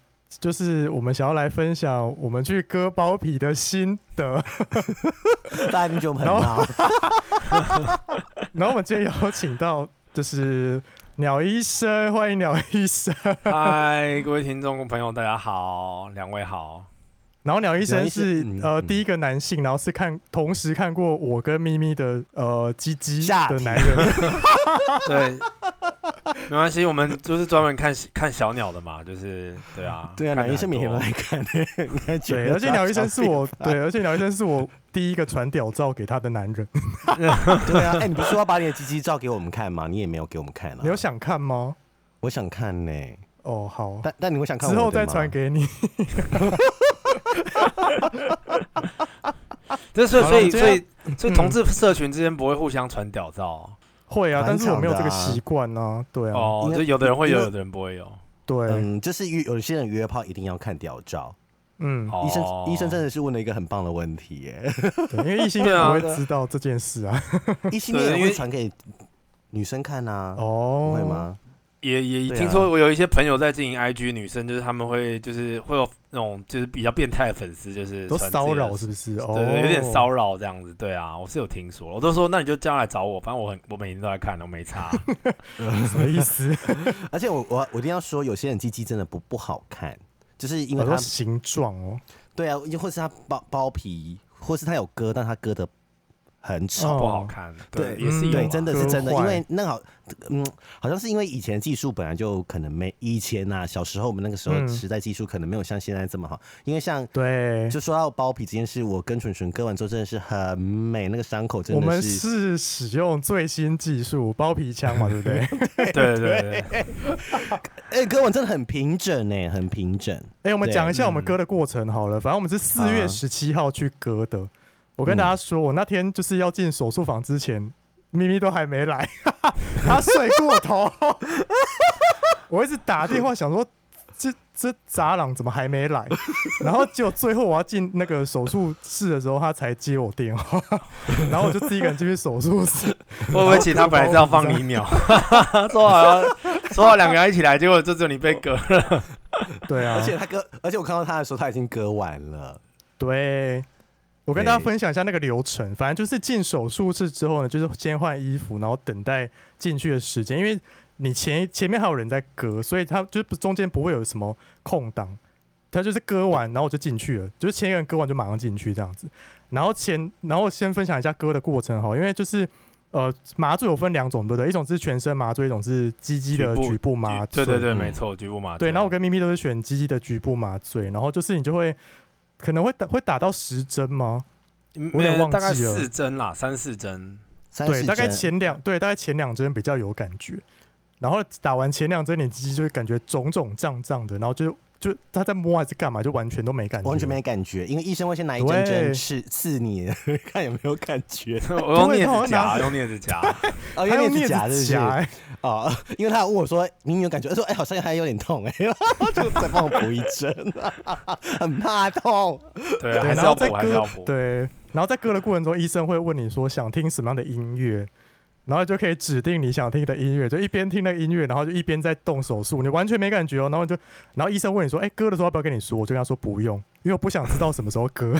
就是我们想要来分享我们去割包皮的心得。 大家英雄朋友，然后我们今天邀请到就是鸟医生，欢迎鸟医生。嗨，各位听众朋友，大家好，两位好。然后鸟医生医是生嗯呃嗯第一个男性，然后是看同时看过我跟咪咪的呃鸡鸡下的体男人。对，没关系，我们就是专门看看小鸟的嘛，就是对 啊，对啊，看男得医生每天很都多来看， 应该觉对，得而且鸟医生是我，对，而且鸟医生是我第一个传屌照给他的男 人。 对啊，哎，你不是说要把你的鸡鸡照给我们看吗？你也没有给我们看啊你有，想看吗？我想看呢，哦，好，但但你会想看我之的后吗再传，给你。这所以好所了以这所样以所嗯以同志社群之间不会互相传屌照会啊，蛮但是我没有这个长的啊习惯啊。对啊，哦因，为就有的人会有，因为有的人不会有。对，嗯，就是约有些人约炮一定要看屌照，嗯，哦医生医生真的是问了一个很棒的问题 耶，对因为异 性对恋不啊会知道这件事啊。异性恋对也因为会传给女生看啊，不哦，会？吗？也也对啊听说我有一些朋友在经营 IG，女生就是他们会就是会有那种就是比较变态的粉丝，就是都传自己的骚扰是不是？哦，对对，有点骚。扰这样子，对啊，我是有听说，我都说那你就这样来找我，反正我很我每天都在看，我 没差。什么意思？而且我我我一定要说，有些人鸡鸡真的不不好看，就是 因为很多他形状哦，对啊，或是他包包皮，或是他有割，但他割的很丑。哦不好看，对也是嗯有啊对，嘛真的是割真的，因坏为那好，嗯，好像是因为以前技术本来就可能没以前呐、小时候我们那个时候嗯时代技术可能没有像现在这么好，因为像对，就说到包皮这件事，我跟纯纯割完之后真的是很美，那个伤口真我们的是是使用最新技术包皮枪嘛，对不对？对对 对对，哎、割完真的很平整哎、很平整。哎、我们对讲一下我们嗯割的过程好了。反正我们是四月啊嗯十七号去割的。我跟大家说，我那天就是要进手术房之前，咪咪都还没来， 她睡过头。 我一直打电话想说，这这杂郎怎么还没来？然后结果最后我要进那个手术室的时候，他才接我电话， 然后我就自己一个人进去手术室。 会不会其实他本来是要放你一秒，说好要说好两个人一起来，结果就只有你被割了。对啊，而且他割，而且我看到他的时候他已经割完了。对，我跟大家对分享一下那个流程。反正就是进手术室之后呢，就是先换衣服，然后等待进去的时间，因为你前前面还有人在割，所以他就是不中间不会有什么空档。他就是割完，然后我就进去了，就是前一个人割完就马上进去这样子。然后前，然后先分享一下割的过程哈，因为就是呃麻醉有分两种，对不对？一种是全身麻醉，一种是鸡鸡的局部局部麻醉。对对啊对，嗯没错，局部麻醉。对，然后我跟咪咪都是选鸡鸡的局部麻醉，然后就是你就会可能会打会打到十针吗？嗯我有点忘记大概了四针啦，三 四针。三对，十大概针前两对大概前两针比较有感觉，然后打完前两针，你鸡鸡就会感觉肿肿胀胀的，然后就就他在摸还是干嘛，就完全都没感觉，完全没感觉，因为医生会先拿一对针针刺刺你， 看有没有感觉。我用镊子他会拿夹，用镊 子夹。他哦，因为用镊镊子夹是不子是？夹、欸，哦，因为他有问我说你有没有感觉，他说哎、好像还有点痛哎、 然后就再帮我补一针， 很怕痛。对，啊对还是然后要在补，还是要割补。对，然后在割的过程中，医生会问你说想听什么样的音乐，然后就可以指定你想听的音乐，就一边听那个音乐，然后就一边在动手术，你完全没感觉哦。然后就，然后医生问你说，哎、割的时候要不要跟你说？我就跟他说不用，因为我不想知道什么时候割。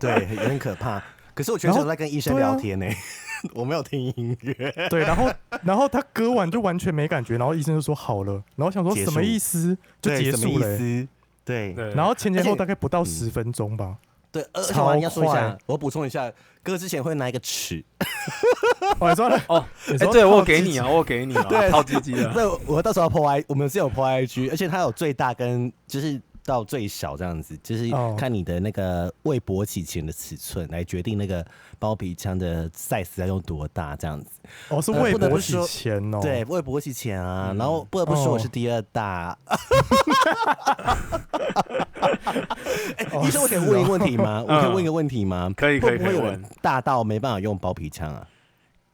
对，有点可怕。可是我全然后程都在跟医生对啊聊天呢、哎 我没有听音乐。对，然后然后他割完就完全没感觉，然后医生就说好了，然后想说结什么束意思？就对结什么束意了欸、思？对对，然后前前而且后大概不到嗯十分钟吧。对，呃而且我还要说一超下，我补充一下，哥之前会拿一个尺，哦，你说了，哦，你哎，说对我有靠给自你己啊，我 有给你啊，对 套鸡鸡的。对，我到时候要 po I，我们是有 po IG，而且它有最大跟就是到最小这样子，就是哦看你的那个未勃起前的尺寸来决定那个包皮腔的 size 要用多大这样子。哦，是呃未不得不勃起说前哦，对，未勃起前啊，嗯然后不得不说我是哦第二大。哎哦 医生，我可以问一个问题吗？我可以问一个问题吗？嗯可以可会以不可会以有问人大到没办法用包皮枪啊？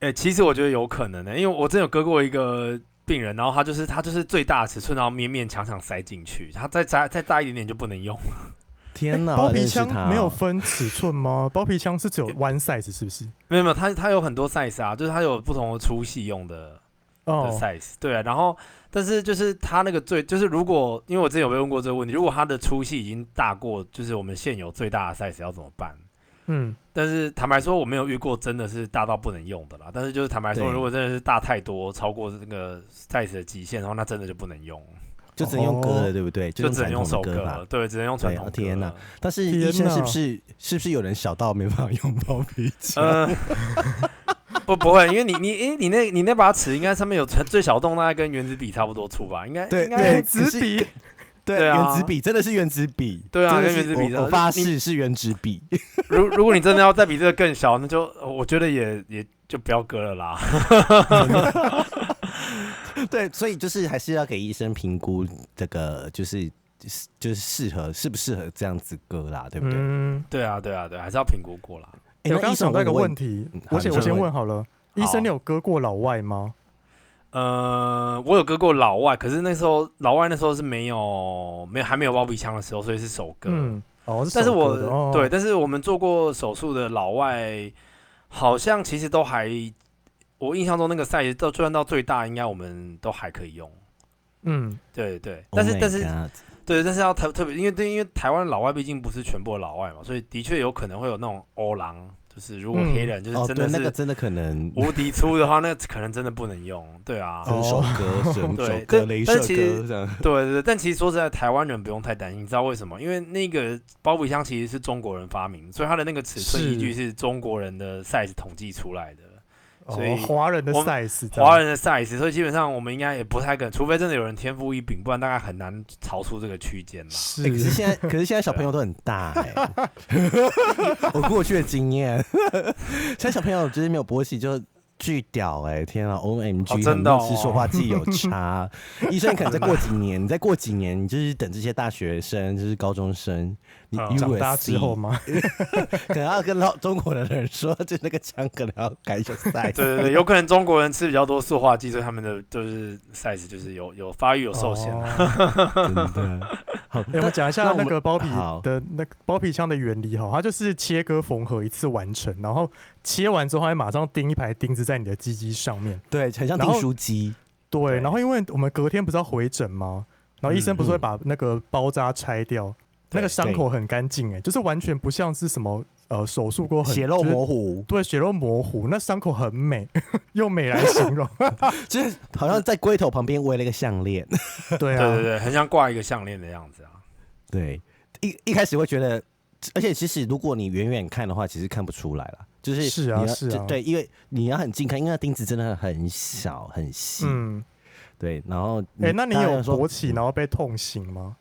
哎、其实我觉得有可能的、因为我真有割过一个病人，然后他就是他就是最大的尺寸，然后勉勉强强塞进去，他再扎再大一点点就不能用。 天哪，包我皮认识他枪哦没有分尺寸 吗？包皮枪是只有 one size 是不是？没有没有，它它有很多 size 啊，就是它有不同的粗细用的的哦 size，、对啊。然后但是就是它那个最就是如果因为我之前有被问过这个问题，如果它的粗细已经大过就是我们现有最大的 size 要怎么办？嗯，但是坦白说，我没有遇过真的是大到不能用的啦。但是就是坦白说，对如果真的是大太多，超过这个 size 的极限，然后那真的就不能用，就只能用割哦了，对不对？就只能传用手统的割割吧了，。对，只能用传对统啊割。天哪但是天医生是哪不是是不是有人小到没办法用包皮枪？呃，不不会，因为你你诶你那你那把尺应该上面有最最小洞，大概跟原子笔差不多粗吧？应该对应该对，对直可是笔对对啊原子笔真的是原子笔，对啊真的跟是原子笔我我真的发你誓是原子笔。 如如果你真的要再比这个更小，那就呃我觉得也也就不要割了啦。 对，所以就是还是要给医生评估这个，就是就是适合适不适合这样子割啦，对不对？嗯，对啊，对啊，对，还是要评估过啦。诶欸我那刚医刚生想到一个问问题嗯，好我先你我先先问问好了，医好生，你有割过老外吗？呃，我有割过老外，可是那时候老外那时候是没有没有还没有包皮枪的时候，所以是手割。嗯，哦，是但是手割我、的哦对，但是我们做过手术的老外，好像其实都还，我印象中那个 size 到就算到最大，应该我们都还可以用。嗯，对对， Oh 但是、 my 但是 God 对，但是要特特别，因为对，因为台湾老外毕竟不是全部的老外嘛，所以的确有可能会有那种欧狼，就是如果嗯黑人就是哦，真对，的那个是真的可能无敌粗的话，那可能真的不能用。对啊，哦分手 割、什么手对割、但镭但射其实割这样。 对对对。但其实说实在，台湾人不用太担心，你知道为什么？因为那个包皮箱其实是中国人发明，所以它的那个尺寸是依据是中国人的 size 统计出来的。所以哦华人的我 size，这样华人的 size，所以基本上我们应该也不太可能，除非真的有人天赋异禀，不然大概很难超出这个区间啦。欸诶可是哎是现在，可是现在小朋友都很大 哎、我过去的经验，现在小朋友就是没有勃起就巨屌哎、天啊，O M 哦 G，真的哦是说话技有差。医生，你可能再过几年，你再过几年，你就是等这些大学生，就是高中生，你嗯 U 长大之后吗？可能要跟老中国的人说，就那个枪可能要改 一下 size。对对对，有可能中国人吃比较多塑化剂，所以他们的就是 size 就是有有发育有受限啊。哦真的。 好，欸、我们 讲一下我那们个包皮好的那个包皮枪的原理哈，它就是切割缝合一次完成，然后切完之后，它会马上钉一排钉子在你的鸡鸡上面。对，很像然订后书机，对，对然后因为我们隔天不是要回诊吗？然后医生不是会嗯把那个包扎拆掉，那个伤口很干净哎，就是完全不像是什么呃手术过很血肉就是模糊，对，血肉模糊，那伤口很美， 用美来形 容。就是好像在龟头旁边围了一个项链。对对啊，对对，很像挂一个项链的样 子啊。对，一一开始会觉得，而且其实如果你远远看的话，其实看不出来啦。就是是啊你要是就啊对，因为你要很近看，因为那钉子真的很小很细，嗯，对。然后，哎、那你大家有说勃起然后被痛醒吗？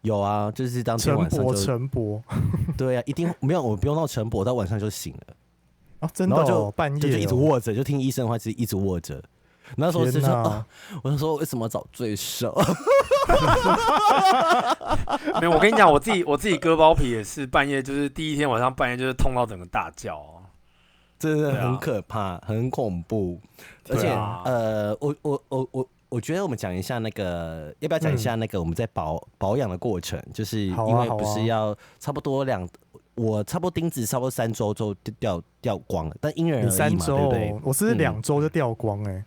有啊，就是当晨天晚上勃，就晨勃 对啊，一定没有，我不用到晨勃，到晚上就醒了，啊，真的、然后哦、半夜、就哦、就一直握着，就听医生的话，其实一直握着。那时候是天说，哪啊我就说为什么找最瘦？没有，我跟你讲，我自己我自己割包皮也是半夜，就是第一天晚上半夜就是痛到整个大叫哦、 真的对啊很可怕，很恐怖。而对且、啊呃，我我我我我觉得我们讲一下那个，要不要讲一下那个我们在保、保养的过程？就是因嗯好啊为好啊不是要差不多两，我差不多钉子差不多三周就掉掉光了，但因人你而异三嘛，周对哦，不对？我是嗯两周就掉光哎、哎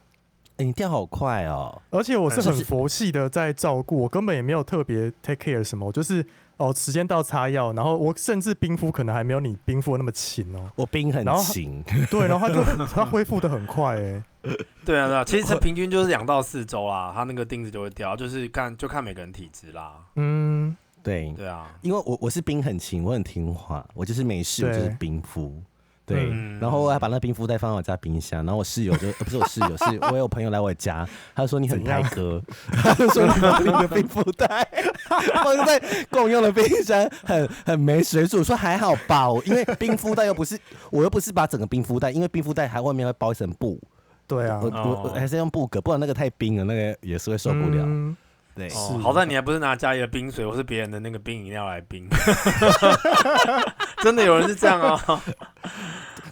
你掉好快哦，而且我是就很是，佛系的在照顾，我根本也没有特别 take care 什么，我就是哦时间到擦药，然后我甚至冰敷可能还没有你冰敷的那么勤哦 我冰很然后勤， 对，然后它就它恢复的很快哎、 对啊，对啊，其实平均就是两到四周啦，它那个钉子就会掉，就是看就看每个人体质啦。嗯，对，对啊，因为我我是冰很勤，我很听话，我就是没事我就是对冰敷。对，嗯然后我还把那冰敷袋放在我家冰箱，然后我室友就、 呃、不是我室友，是我有朋友来我家，他说你很怎样台哥， 他就说你把你的冰敷 袋放在共用的冰箱，很很没水准。我说还好吧，我因为冰敷袋又不是，我又不是把整个冰敷袋，因为冰敷袋还外面会包一层布，对啊我，我我还是用布格，不然那个太冰了，那个也是会受不了。嗯对，哦，好在你还不是拿家里的冰水或是别人的那个冰饮料来冰， 真的有人是这样啊？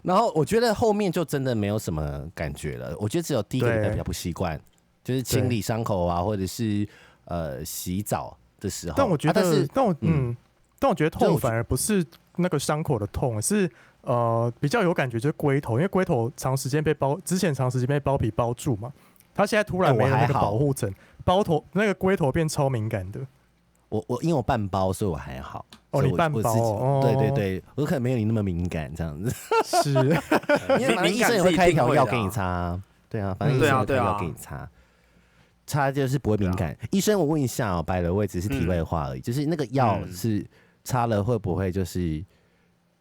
然后我觉得后面就真的没有什么感觉了。我觉得只有第一个礼拜对比较不习惯，就是清理伤口啊，或者是呃洗澡的时候。但我觉啊但得是，但我嗯嗯，但我觉得就我痛觉反而不是那个伤口的痛，是呃比较有感觉，就是龟头，因为龟头长时间被包，之前长时间被包皮包住嘛，它现在突然哎但没我了那还个好保护层，包头那个龟头变超敏感的。我我因为我半包，所以我还好。哦所以你我半包哦我自己对对对，我可能没有你那么敏感这样子。是， 因为反正医敏感生也是会一开一定条会药的给你啊擦啊。对啊，反嗯正医对生啊会开对啊药给你擦，擦就是不会敏感。医生，我问一下哦，白了位只是题外话而已，就是那个药嗯是擦了会不会就是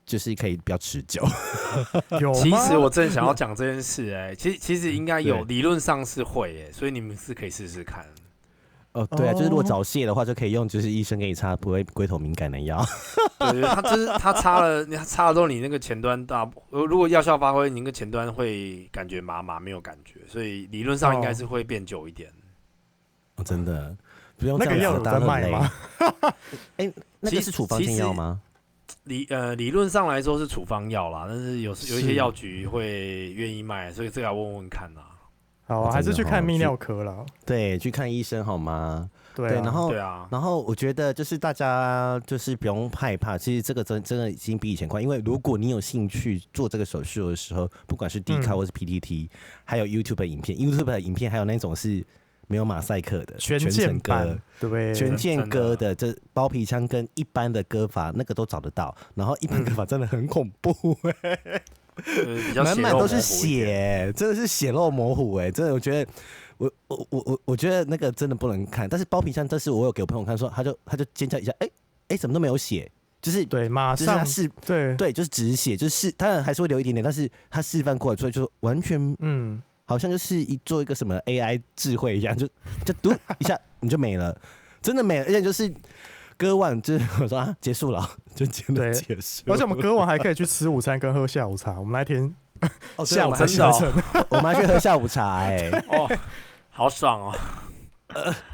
就是可以比较持久？ 有其吗实我正想要讲这件事、哎，其实其实应该有，对理论上是会、哎，所以你们是可以试试看。哦，对啊，就是如果哦早泄的话，就可以用就是医生给你擦不会龟头敏感的药。 对，他就是他擦了，他擦了之后，你那个前端大，呃如果药效发挥，你那个前端会感觉麻麻，没有感觉，所以理论上应该是会变久一点。哦真的，不用那这个样药子有大在家都很卖 累吗？？那个其是处方其性实药吗？理呃理论上来说是处方药啦，但是有时有一是些药局会愿意卖，所以这个要问问看啦。好真啊，的还是去哦看泌去尿科啦。对，去看医生好吗？对啊，对，然后对啊，然后我觉得就是大家就是不用害怕，其实这个真真的已经比以前快，因为如果你有兴趣做这个手术的时候，不管是 D 卡嗯或是 PTT，、还有 YouTube 的影片，YouTube 的影片还有那种是没有马赛克的全程健割版，，对，全真健的割的这包皮枪跟一般的割法那个都找得到，然后一般割法真的很恐怖、就是比 较满血满肉都模是糊一点。血，真的是血肉模糊哎、真的我觉得。我我我我我觉得那个真的不能看，但是包皮枪，这次我有给我朋友看说，他就他就尖叫一下，哎、哎、怎么都没有血，就是就对，马是他上示对，对就是止血，就是当然还是会流一点点，但是他示范过来出来就完全嗯，好像就是一做一个什么 AI 智慧一样，就就嘟一下你就没了，真的没了，而且就是割腕就是我说啊结束了，就真的对结束，而且我们割完还可以去吃午餐跟喝下午茶。我们那天哦对下我午茶们还真去的行哦程， 我们还去喝下午茶哎、哦，好爽哦！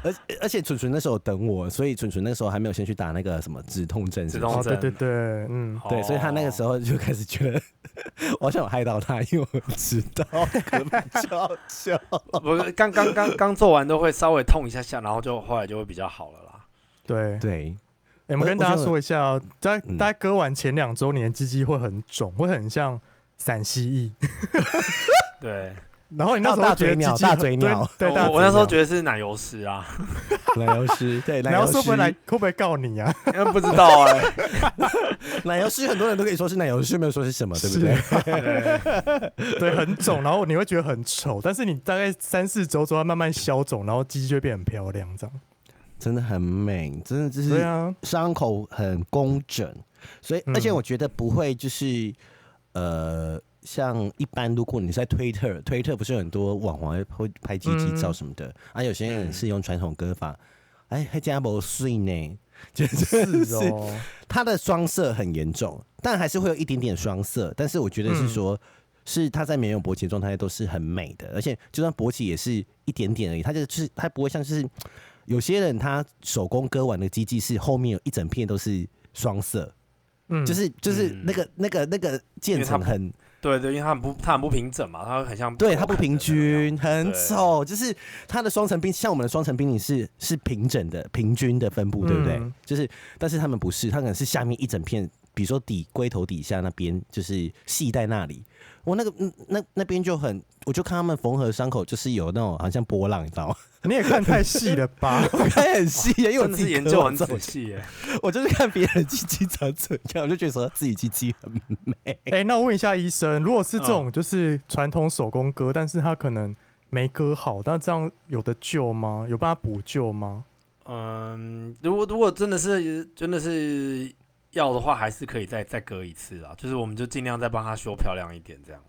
而而且蠢蠢那时候等我，所以蠢蠢那时候还没有先去打那个什么止痛针是不是，止痛哦，对针对对，嗯， 对，所以他那个时候候就开始觉得 我好像有害到他，因为我知 道隔壁悄悄。哦不是刚刚刚刚做完都会稍微痛一下下，然后就后来就会比较好了啦。对。对，欸我们我跟我大家觉得说一下哦，在嗯大家割完前两周，你的鸡鸡会很肿，会很像散蜥蜴。对， 然后你那时还有候大嘴觉得鸡鸟鸡大很对嘴鸟对我大哦我那时候嘴觉得是奶油师啊， 奶油师对鸟 奶然油后师说不定来会不会告你啊？因为不知道哎、奶油师很多人都可以说是奶油师，没有说是什么，对不是对？ 对，很肿，然后你会觉得很丑，但是你大概三四周之后它慢慢消肿，然后鸡鸡就会变很漂亮这样。真的很美，真的就对是啊，伤口很工整，所以嗯而且我觉得不会就是呃，像一般如果你在推特，推特不是有很多网红会会拍鸡鸡照什么嗯的，啊，有些人是用传统割法，哎，还加不碎呢， 就是 是哦，它的双色很严重，但还是会有一点点双色，但是我觉得是说。嗯是它在没有勃起的状态都是很美的，而且就算勃起也是一点点而已，它就是它不会像是有些人他手工割完的机器是后面有一整片都是双色，嗯，就是就是嗯那个那个那个因渐为它层不很，对对，因为它很不它很不平整嘛，它很像对狗它不平啃 的那样均，很丑，就是它的双层冰像我们的双层冰你是是平整的、平均的分布，对不对？嗯就是但是他们不是，它可能是下面一整片，比如说底龟头底下那边就是系带那里，我那个嗯那那边就很，我就看他们缝合伤口就是有那种好像波浪，你知道吗？ 你也看太细了吧？我看很细，啊因为我真的自己是研割究完很之后仔细哎、我就是看别人鸡鸡长怎样，我就觉得说自己鸡鸡很美。哎、那我问一下医生，如果是这哦种就是传统手工割，但是他可能没割好，那这样有的救吗？有办法补救吗？嗯，如果如果真的是真的是要的话还是可以再再割一次啦，就是我们就尽量再帮他修漂亮一点这样。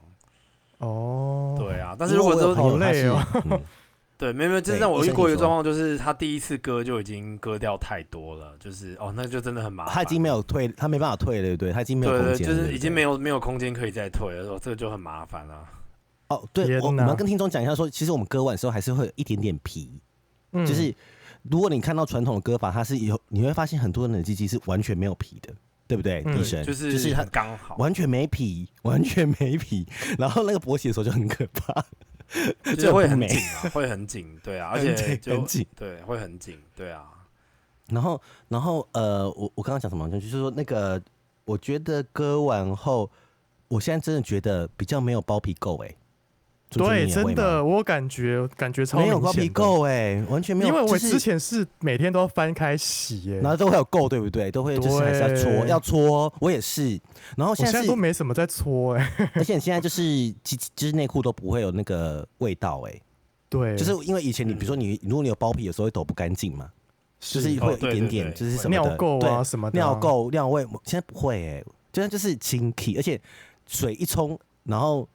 哦，对啊，但但是如果有都朋友好累哦嗯对，没有没有，就是对让我医遇生过一也个说状况，就是他第一次割就已经割掉太多了，就是哦，那就真的很麻烦。他已经没有退，他没办法退了，对不对？他已经没有对空对，间就了，是已经没有。有没有空间可以再退了，哦，这个就很麻烦了。哦，对，天我我哪们跟听众讲一下说，其实我们割腕的时候还是会有一点点皮，嗯就是如果你看到传统的割法，它是有你会发现很多人的鸡鸡是完全没有皮的，对不对？嗯医生就是就是它很刚好，完全没皮，完全没皮，然后那个勃起的时候就很可怕， 就是会很美紧啊，会很紧，对啊，而 很且紧就很紧对，会很紧，对啊，然后，然后，呃，我我刚刚讲什么？就是说那个，我觉得割完后，我现在真的觉得比较没有包皮垢哎、主持人对，你也会真吗的，我感觉感觉超没有明包皮显的垢哎、完全没有，因为我之就是前是每天都要翻开洗耶、然后都会有垢，对不对？都会就是还是要搓，对要搓。我也是。然后我现现在在是，都没什么在搓哎、而且现在就是鸡就是内裤都不会有那个味道哎、对，就是因为以前你比如说你如果你有包皮，有时候会抖不干净嘛，就是会有哦一对点对点对就是什么尿的垢对啊什么的啊、尿垢、尿味，我现在不会哎、欸，就像就是清体，而且水一冲，然后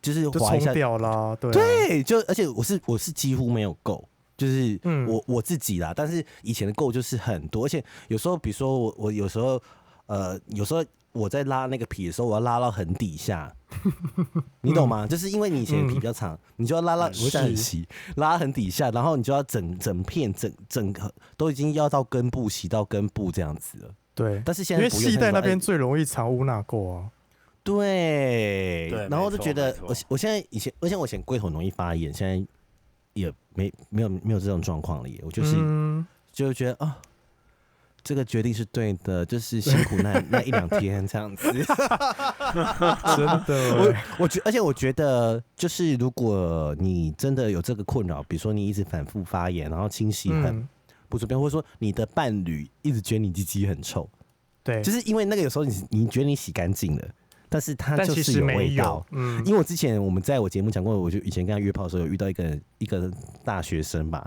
就是就滑一下冲，掉啦，对啊、对，就而且我是我是几乎没有垢，就是我、嗯我自己啦，但是以前的垢就是很多，而且有时候比如说我我有时候呃有时候我在拉那个皮的时候，我要拉到很底 下。你懂吗？就是因为你以前的皮比较长，你就要拉到，嗯我想很是细，拉到很底下，然后你就要整整片整整个都已经要到根部洗到根部这样子了。对，但是现因在为不用系带现在那说边哎最容易藏污纳垢啊，对，对然后没就错觉没得错我现我现在以前，而且我以前龟头容易发炎，现在也没没有没有这种状况了耶。我就是、嗯、就觉得啊、这个决定是对的，就是辛苦那那一两天这 样子。 真 我的，我觉而且我觉得就是如果你真的有这个困扰，比如说你一直反复发炎，然后清洗很嗯，不足，便，或者说你的伴侣一直觉得你鸡鸡很臭，对，就是因为那个有时候你你觉得你洗干净了，但是它但就其是实没味道有。，嗯，因为我之前我们在我节目讲过，我就以前跟他约炮的时候有遇到一个一个大学生吧，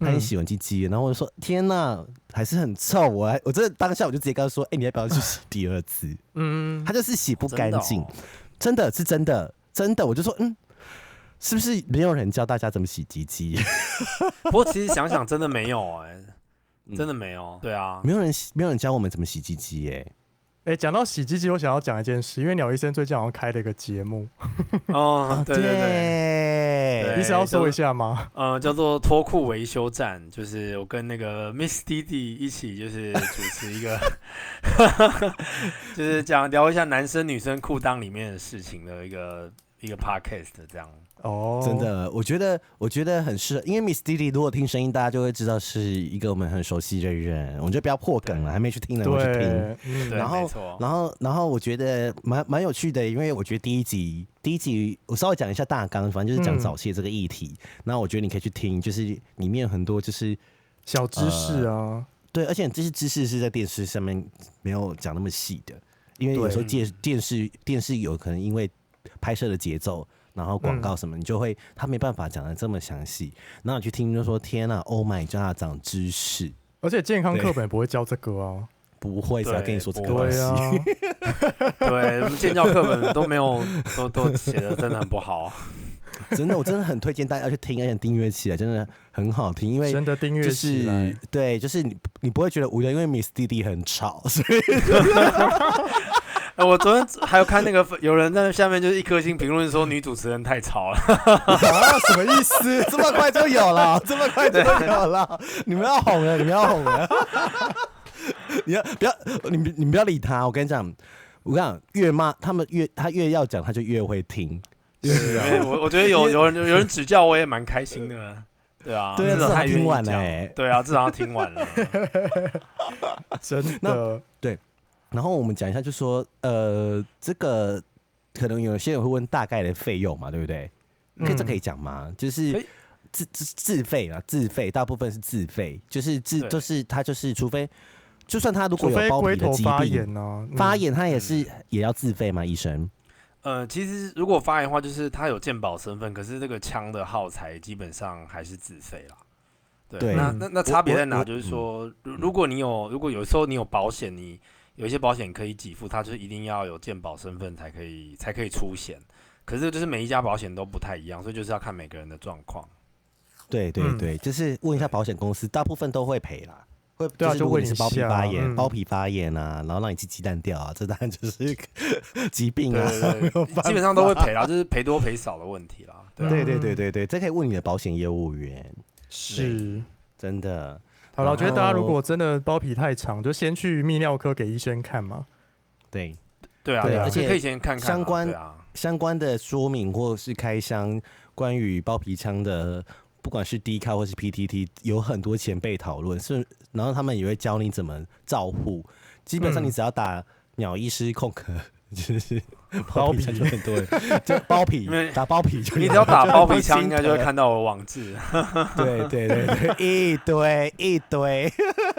他嗯很喜欢鸡鸡，然后我就说天呐，还是很臭，我还我真的当下我就直接跟他说，哎、你要不要去洗第二次？嗯，他就是洗不真的干哦净，真的是真的真的，我就说嗯，是不是没有人教大家怎么洗鸡鸡？ 不过其实想想真的没有哎，嗯真的没有，对啊，没有人洗没有人教我们怎么洗鸡鸡耶？哎、讲到洗鸡鸡，我想要讲一件事，因为鸟医生最近好像开了一个节目， 哦，对对对。啊对你对想要就说是一下吗？呃，叫做脱裤维修站，就是我跟那个 Miss D D 一起，就是主持一个，就是讲聊一下男生女生裤裆里面的事情的一个一个 podcast 这样。哦， 真，的，我觉得我觉得很适合，因为 Miss Didi 如果听声音，大家就会知道是一个我们很熟悉的人，我们就不要破梗了，还没去听的我去听。对，嗯对，然后没错，然后，然后我觉得蛮蛮有趣的，因为我觉得第一集，第一集我稍微讲一下大纲，反正就是讲嗯早泄这个议题。然后我觉得你可以去听，就是里面有很多就是小知识啊，对，而且这些知识是在电视上面没有讲那么细的，因为有时候对电电视电视有可能因为拍摄的节奏，然后广嗯告什么，你就会他没办法讲的这么详细。然后你去听就说天呐、o h my god，长知识，而且健康对课本不会教这个啊，不会谁要跟你对说这个不东对西？啊，对我们建教课本都没有， 都都写的真的很不好。 真的，我真的很推荐大家去听，而且订阅起来真的很好听，因为真的订阅就起来是，对，就是你你不会觉得无聊，因为 Miss 弟弟很吵，所以哎，我昨天还有看那个有人在下面就是一颗星评论说女主持人太吵了，啊，什么意思？ 这么快就有了，这么快就有了，你们要哄了，你们要哄了， 你要不要？你们你们不要理他，我跟你讲，我跟你讲，越骂他们越他越要讲，他就越会听。因啊啊为我我觉得有有人有人指教我也蛮开心 的，对啊，对啊至少至少他愿听意完了讲欸对啊，至少他听完了。真的那，然后我们讲一下，就说呃，这个可能有些人会问大概的费用嘛，对不对？可以这嗯可以讲吗？就可是以自自自费啊，自费大部分是自费，就是自对就是他就是除非。就算他如果除有非包龟皮的头疾发病，炎啊，嗯发炎他也是也要自费吗？医生？呃，其实如果发言的话，就是他有鉴宝身份，可是这个枪的耗材基本上还是自费啦。对，对那那那我差别我在哪？我就嗯是说，如如果你有，如果有时候你有保险，你有一些保险可以给付，它就是一定要有健保身份才可以才可以出险。可是就是每一家保险都不太一样，所以就是要看每个人的状况。对对嗯对，就是问一下保险公司，大部分都会赔啦。会对啊就是就如果问你是一包皮下发炎、嗯包皮发炎啊，然后让你吃鸡蛋掉啊，这当然就是 疾病对啊，对没有对，办基本上都会赔啦，就是赔多赔少的问题啦。对啊 对对对对对，这可以问你的保险业务员，是。真的。好了，我觉得大家然后如果真的包皮太长，就先去泌尿科给医生看嘛。对，对啊，对对啊而且可以先看看啊相关对啊，相关的说明或是开箱，关于包皮枪的，不管是 D 卡或是 PTT，有很多前辈讨论，是然后他们也会教你怎么照护。基本上嗯你只要打鸟医师空格，就是包包皮皮枪就很多 人，就包皮因为打包皮就有，你只要打包皮 就枪，有应该就会看到我网志。对对对对，一堆一堆。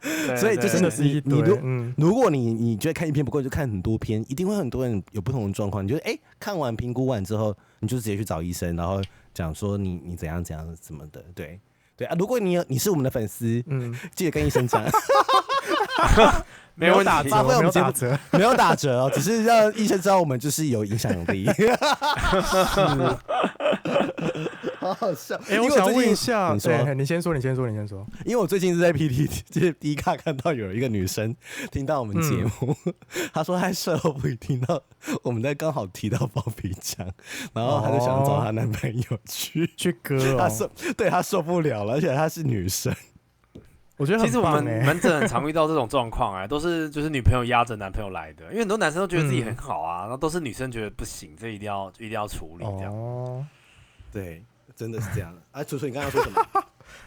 对所以就对是真的是一你你堆如，嗯，如果你你觉得看一篇不够，就看很多篇，一定会很多人有不同的状况。你觉得哎、诶看完评估完之后，你就直接去找医生，然后讲说你你怎样怎样怎么的，对对啊。如果你有你是我们的粉丝， 嗯，记得跟医生讲，没有问打题发折，啊挥我没们有节目打折，没有打折哦，只是让医生知道我们就是有影响 力。 好好笑！哎、 因为我想最近问一下， 你说对，你先说，你先说，你先 说。因为我最近是在 PTT 就是第一看看到有一个女生听到我们节目，嗯 她说她事后不听到我们在刚好提到包皮枪，然后她就想找她男朋友去，去割哦她，受对她受不了了，而且她是女生，我觉得其实很我棒们欸 哎、门诊很常遇到这种状况哎，都是就是女朋友压着男朋友来的，因为很多男生都觉得自己很好 啊，然后都是女生觉得不行，这一定要一定要处理这样。哦，对，真的是这样。啊，楚楚，你刚刚说 什么？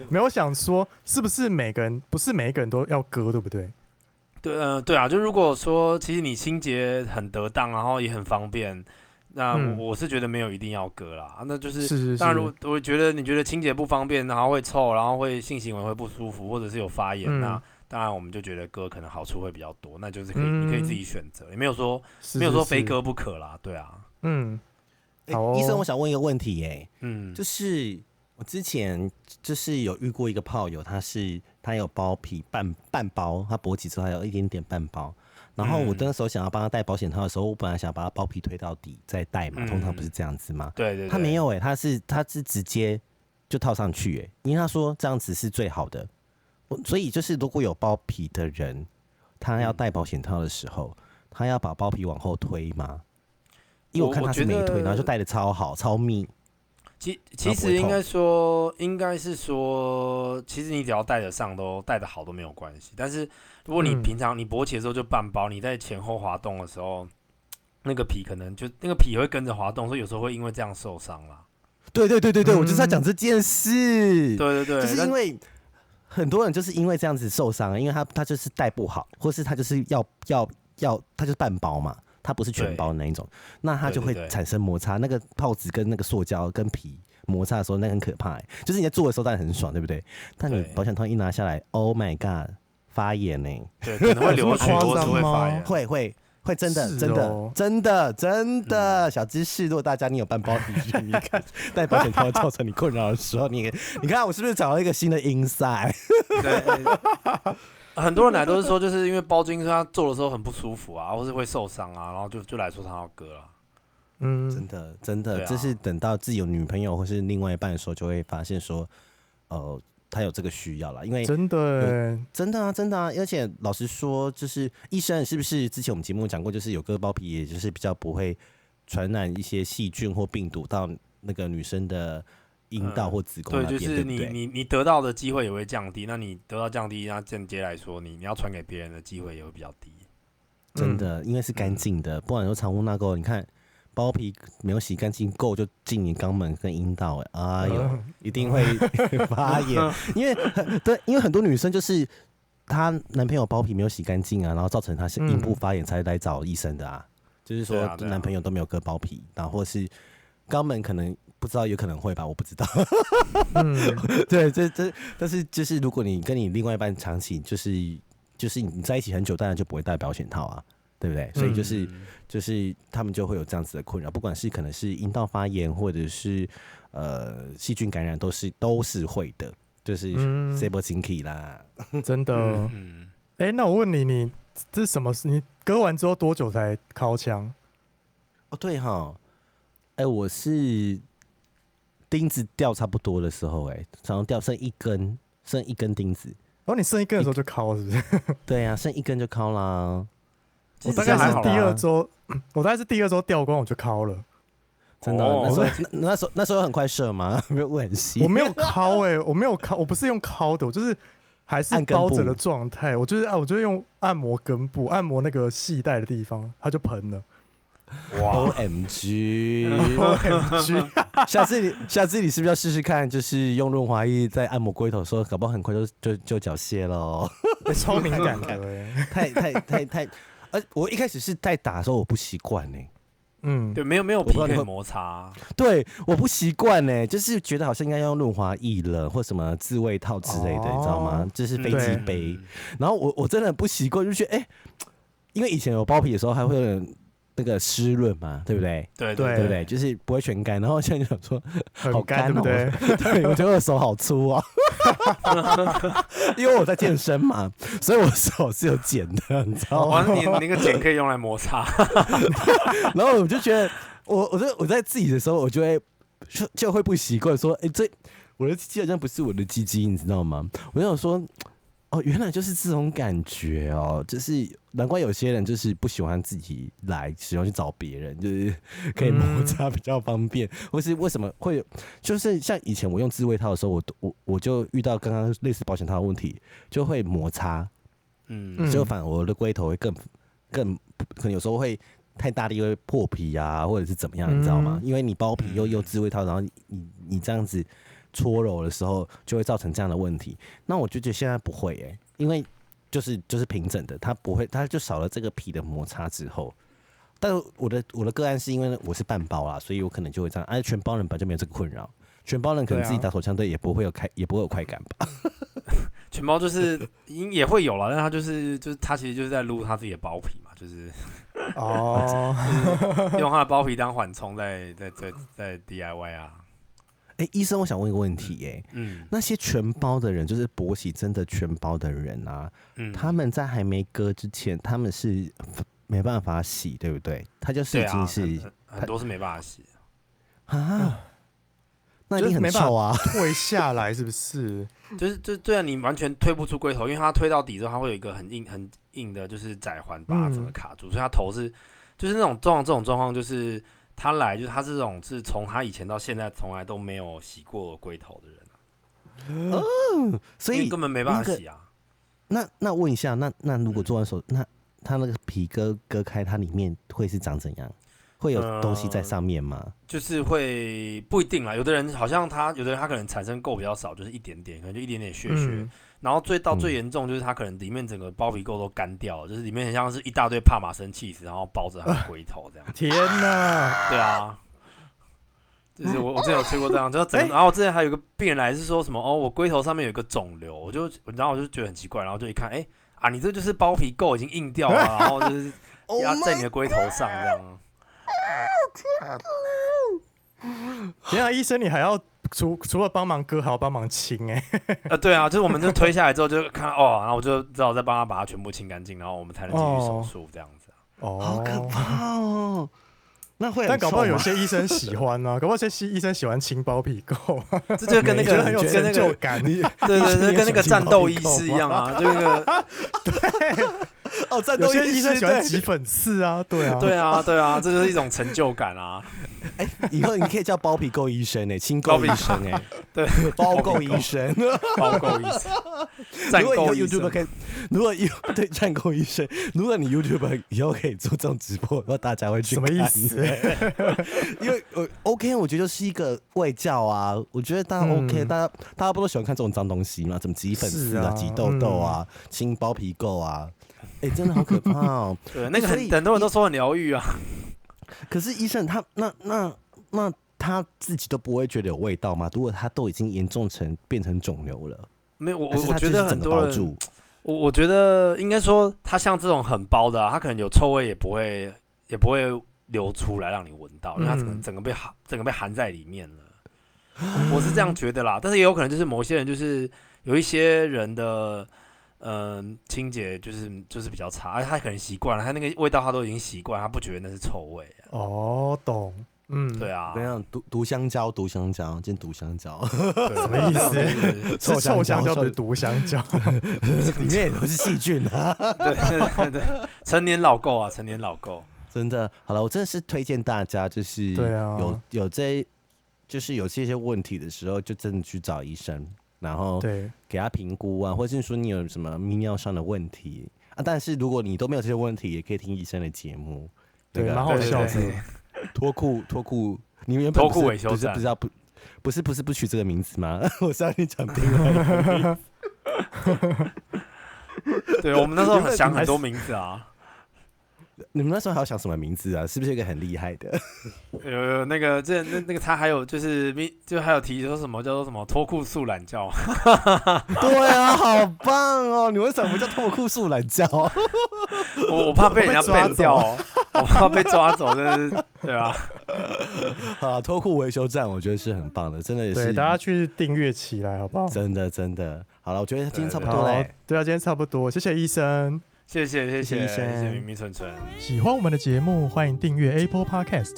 没有我想说，是不是每个人不是每一个人都要割，对不对？对，嗯、对啊，就如果说其实你清洁很得当，然后也很方便，那我、嗯我是觉得没有一定要割啦，啊那就是是是当然，如果我觉得你觉得清洁不方便，然后会臭，然后会性行为会不舒服，或者是有发炎，嗯那当然我们就觉得割可能好处会比较多，那就是可以，你可以自嗯己选择，也没有说是没有说是非是割不可啦，对啊，嗯，诶好哦哎医生，我想问一个问题、耶。嗯，就是我之前就是有遇过一个炮友，他是他有包皮半半包，他勃起之后还有一点点半包。然后我嗯那时候想要帮他戴保险套的时候，我本来想把他包皮推到底再戴嘛，通常不嗯是这样子吗？对对对，他没有哎、他是他是直接就套上去哎、因为他说这样子是最好的。我所以就是如果有包皮的人，他要嗯戴保险套的时候，他要把包皮往后推吗？因为我我看我他是觉没推，然后得就戴的超好超密。其它其不会实应痛该说，应该是说，其实你只要戴得上都戴得好都没有关系。但是如果你嗯平常你勃起的时候就半包，你在前后滑动的时候，那个皮可能就那个皮会跟着滑动，所以有时候会因为这样受伤啦。对对对对对，我就是要讲嗯这件事。对对对，就是但因为很多人就是因为这样子受伤，啊因为他他就是戴不好，或是他就是要要要，他就是半包嘛，他不是全对包的那一种，那他对就对会对产生摩擦，那个泡子跟那个塑胶跟皮。摩擦的时候，那很可怕、欸。就是你在做的时候，当然很爽，对不对？但你对保险套一拿下来，Oh my god，发炎欸呢、 对可能会流血这么或夸者张会发吗炎。会会会，真的是真的哦真的真嗯的小知识。如果大家你有半包皮，你看戴保险套造成你困扰的时候，你你看我是不是找到一个新的 inside？ 对， 很多人来都是说，就是因为包茎，所以他做的时候很不舒服啊，或是会受伤啊，然后就就来说他要割了。真嗯，的真的，对啊这是等到自己有女朋友或是另外一半的时候，就会发现说，呃，他有这个需要了，因为真的欸真的啊，真的啊，而且老实说，就是医生是不是之前我们节目讲过，就是有割包皮，也就是比较不会传染一些细菌或病毒到那个女生的阴道嗯或子宫对，那就边，是不你对？你你得到的机会也会降低，那你得到降低，那间接来说，你你要传给别人的机会也会比较低。嗯真的，因为是干净的，不然说藏污纳垢，你看包皮没有洗干净够就进你肛门跟阴道、欸，哎呦，嗯一定 会发炎，因为很对，因为很多女生就是她男朋友包皮没有洗干净啊，然后造成她是阴部嗯发炎才来找医生的啊，就是对说啊对啊男朋友都没有割包皮，然后或是肛门可能不知道，有可能会吧，我不知道。 嗯，对，这这，但是就是如果你跟你另外一半长期就是就是你在一起很久，当然就不会戴保险套啊，对不对？所以就是、嗯就是他们就会有这样子的困扰，不管是可能是阴道发炎，或者是呃细菌感染，都是都是会的，就是嗯 s a b e r 啦。真的。哦嗯，哎、那我问你，你这是什么？你割完之后多久才掏枪？哦，对哈，哎、我是钉子掉差不多的时候、哎，常常掉剩一根，剩一根钉子。然后你剩一根的时候就掏，是不是？对啊，剩一根就敲啦。啊其我实大这样概还是好第啦，二周，我大概是第二周掉光我就掏了，真的，啊哦那时候那那时候那时候很快射吗？ 没有问细。我没有掏哎、我没有掏，我不是用掏的，我就是还是按根包着部的状态，我就是啊，我就是用按摩根部，按摩那个系带的地方，它就喷 了。 O 嗯哇， M G！ OMG，下次你下次你是不是要试试看？就是用润滑液在按摩龟头的时候，搞不好很快就就就缴械喽。欸超敏感的哦欸， 太太太太，呃，我一开始是在打的时候我不习惯呢，嗯，对，没有没有不皮知道你可以会摩擦，啊对，我不习惯呢，就是觉得好像应该要用润滑液了，或什么自慰套之类的，你知道吗哦？就是飞对机杯。然后我我真的很不习惯，就觉得哎、因为以前有包皮的时候还会有点那个湿润嘛，对不对？对对对不对？就是不会全干。然后现在就想说，好很干干，对哦不对？ 对，我觉得我手好粗啊，因为我在健身嘛，所以我手是有茧的，你知 道吗？哇，哦你那个茧可以用来摩 擦， 然后我就觉得，我我在我在自己的时候，我就会就就会不习惯，说，哎、这我的鸡鸡好像不是我的鸡鸡，你知道吗？我就想说，哦，原来就是这种感觉哦，就是难怪有些人就是不喜欢自己来，喜欢去找别人，就是可以摩擦比较方便， 或是为什么会有就是像以前我用自慰套的时候，我我我就遇到刚刚类似保险套的问题，就会摩擦，嗯嗯就反而我的龟头会更更可能有时候会太大力会破皮啊，或者是怎么样，你知道吗？嗯因为你包皮又嗯又自慰套，然后你你你这样子搓揉的时候，就会造成这样的问题。那我就觉得现在不会哎、因为就是就是平整的，它不会，它就少了这个皮的摩擦之后。但是我的我的个案是因为我是半包啦，所以我可能就会这样。而、全包人本来就没有这个困扰，全包人可能对啊自己打手枪队也不会有开，也不会有快感吧。全包就是 应也会有了，但他就是就是他其实就是在撸他自己的包皮嘛， 就是哦，用他的包皮当缓冲，在在在在 DIY 啊，哎、医生，我想问一个问题、哎，嗯那些全包的人，就是勃起真的全包的人啊，嗯，他们在还没割之前，他们是没办法洗，对不对？他就是对已啊，经是很很很多是没办法洗，啊那嗯就你是很没办法臭啊！退下来是不 是？就是就对啊，你完全推不出龟头，因为它推到底之后，它会有一个很硬很硬的，就是窄环把它整个嗯卡住，所以它头是就是那种状这种状况，就是他来就是他这种是从他以前到现在从来都没有洗过龟头的人，所因为以根本没办那法个洗啊，那那问一下，那那如果嗯做完手，那他那个皮割割开，它里面会是长怎样？会有东西在呃上面吗？就是会不一定啦。有的人好像他有的人他可能产生垢比较少，就是一点点，可能就一点点血血，嗯然后最到嗯最严重就是它可能里面整个包皮垢都干掉了，就是里面很像是一大堆帕马森气死，然后包着它的龟头这样。天哪，对啊，就是我我之前有吹过这样，就整个，然后之前还有一个病人来是说什么哦，我龟头上面有一个肿瘤，我就然后我就觉得很奇怪，然后就一看，哎、啊，你这就是包皮垢已经硬掉了，然后就是压在你的龟头上这样。啊 天哪，医生你还要除除了帮忙割，还要帮忙清哎、 呃，对啊，就是我们就推下来之后就看哦，然后我就只好再帮他把它全部清干净，然后我们才能继续手哦术这样子。啊哦，好可怕哦！那会但很啊搞不好臭有吗些医生喜欢呢、啊， 搞不好有些医生喜欢清包皮垢，这就跟那 你觉个得很有跟那成就个感。对对你也对，跟那想个清战包斗皮医垢师一吗样啊，这 个哦，战有斗些医 生喜欢对挤粉刺啊，对啊，对啊对啊，这就是一种成就感啊。以后你可以叫包皮垢医 生哎、欸，清垢医生哎、欸，对，包垢医生。包够意思，战如果够以意后思 YouTube。可以，如果有 对战购医生，如果你 YouTube 以后可以做这种直播，然后大家会去什么意 思看？因为我 OK，我觉得就是一个卫教啊，我觉得大家 OK，、嗯大家大家不都喜欢看这种脏东西嘛？怎么挤粉刺啊、是啊挤痘痘啊、清包皮垢啊？哎、真的好可怕哦！对，那个所很以很多人都说很疗愈啊。可是医生他那那那他自己都不会觉得有味道吗？如果他都已经严重成变成肿瘤了，没有，我还我是我他觉就是得很整个多包人住，我我觉得应该说，他像这种很包的、啊，他可能有臭味也不会也不会流出来让你闻到，因为他整个嗯整个被含整个被含在里面了。我是这样觉得啦，但是也有可能就是某些人就是有一些人的呃清洁就是就是比较差，而且他可能习惯了，他那个味道他都已经习惯，他不觉得那是臭味啊。 哦，懂，嗯，对啊我，跟你讲，毒毒香蕉，毒香蕉，今天毒香蕉，什什么意思？ 是臭臭香香蕉蕉不是毒香蕉，里面也都是细菌啊，对对对对，成年老够啊，成年老够。 真的。好了，我真的是推荐大家，就是对啊有有这，就是有这些问题的时候，就真的去找医生，然后对，给他评估啊，或者是说你有什么泌尿上的问题啊。但是如果你都没有这些问题，也可以听医生的节目。对，那个蛮好笑对对的对。脱裤脱裤，你原本脱不裤是维修不是站不知道不不是不是不取这个名字吗？ 我是要你讲另外一个 名字对我们那时候原本想很多名字啊，你们那时候还要想什么名字啊？是不是有一个很厉害的？有有那个这那那个他还有就是咪就还有提说什么叫做什么脱裤素懒觉， 对啊，好棒哦！你为什么叫脱裤素 懒觉？我我怕被人家被抓 ban 掉哦，我怕被抓走，真的是对啊，啊，脱裤维修站，我觉得是很棒的，真的也对，是，大家去订阅起来好不好？真的真的。好了，我觉得今天差不对多好嘞。，对啊，今天差不多，谢谢医生。谢谢谢谢谢谢医谢生谢明明纯纯，喜欢我们的节目，欢迎订阅 Apple Podcast，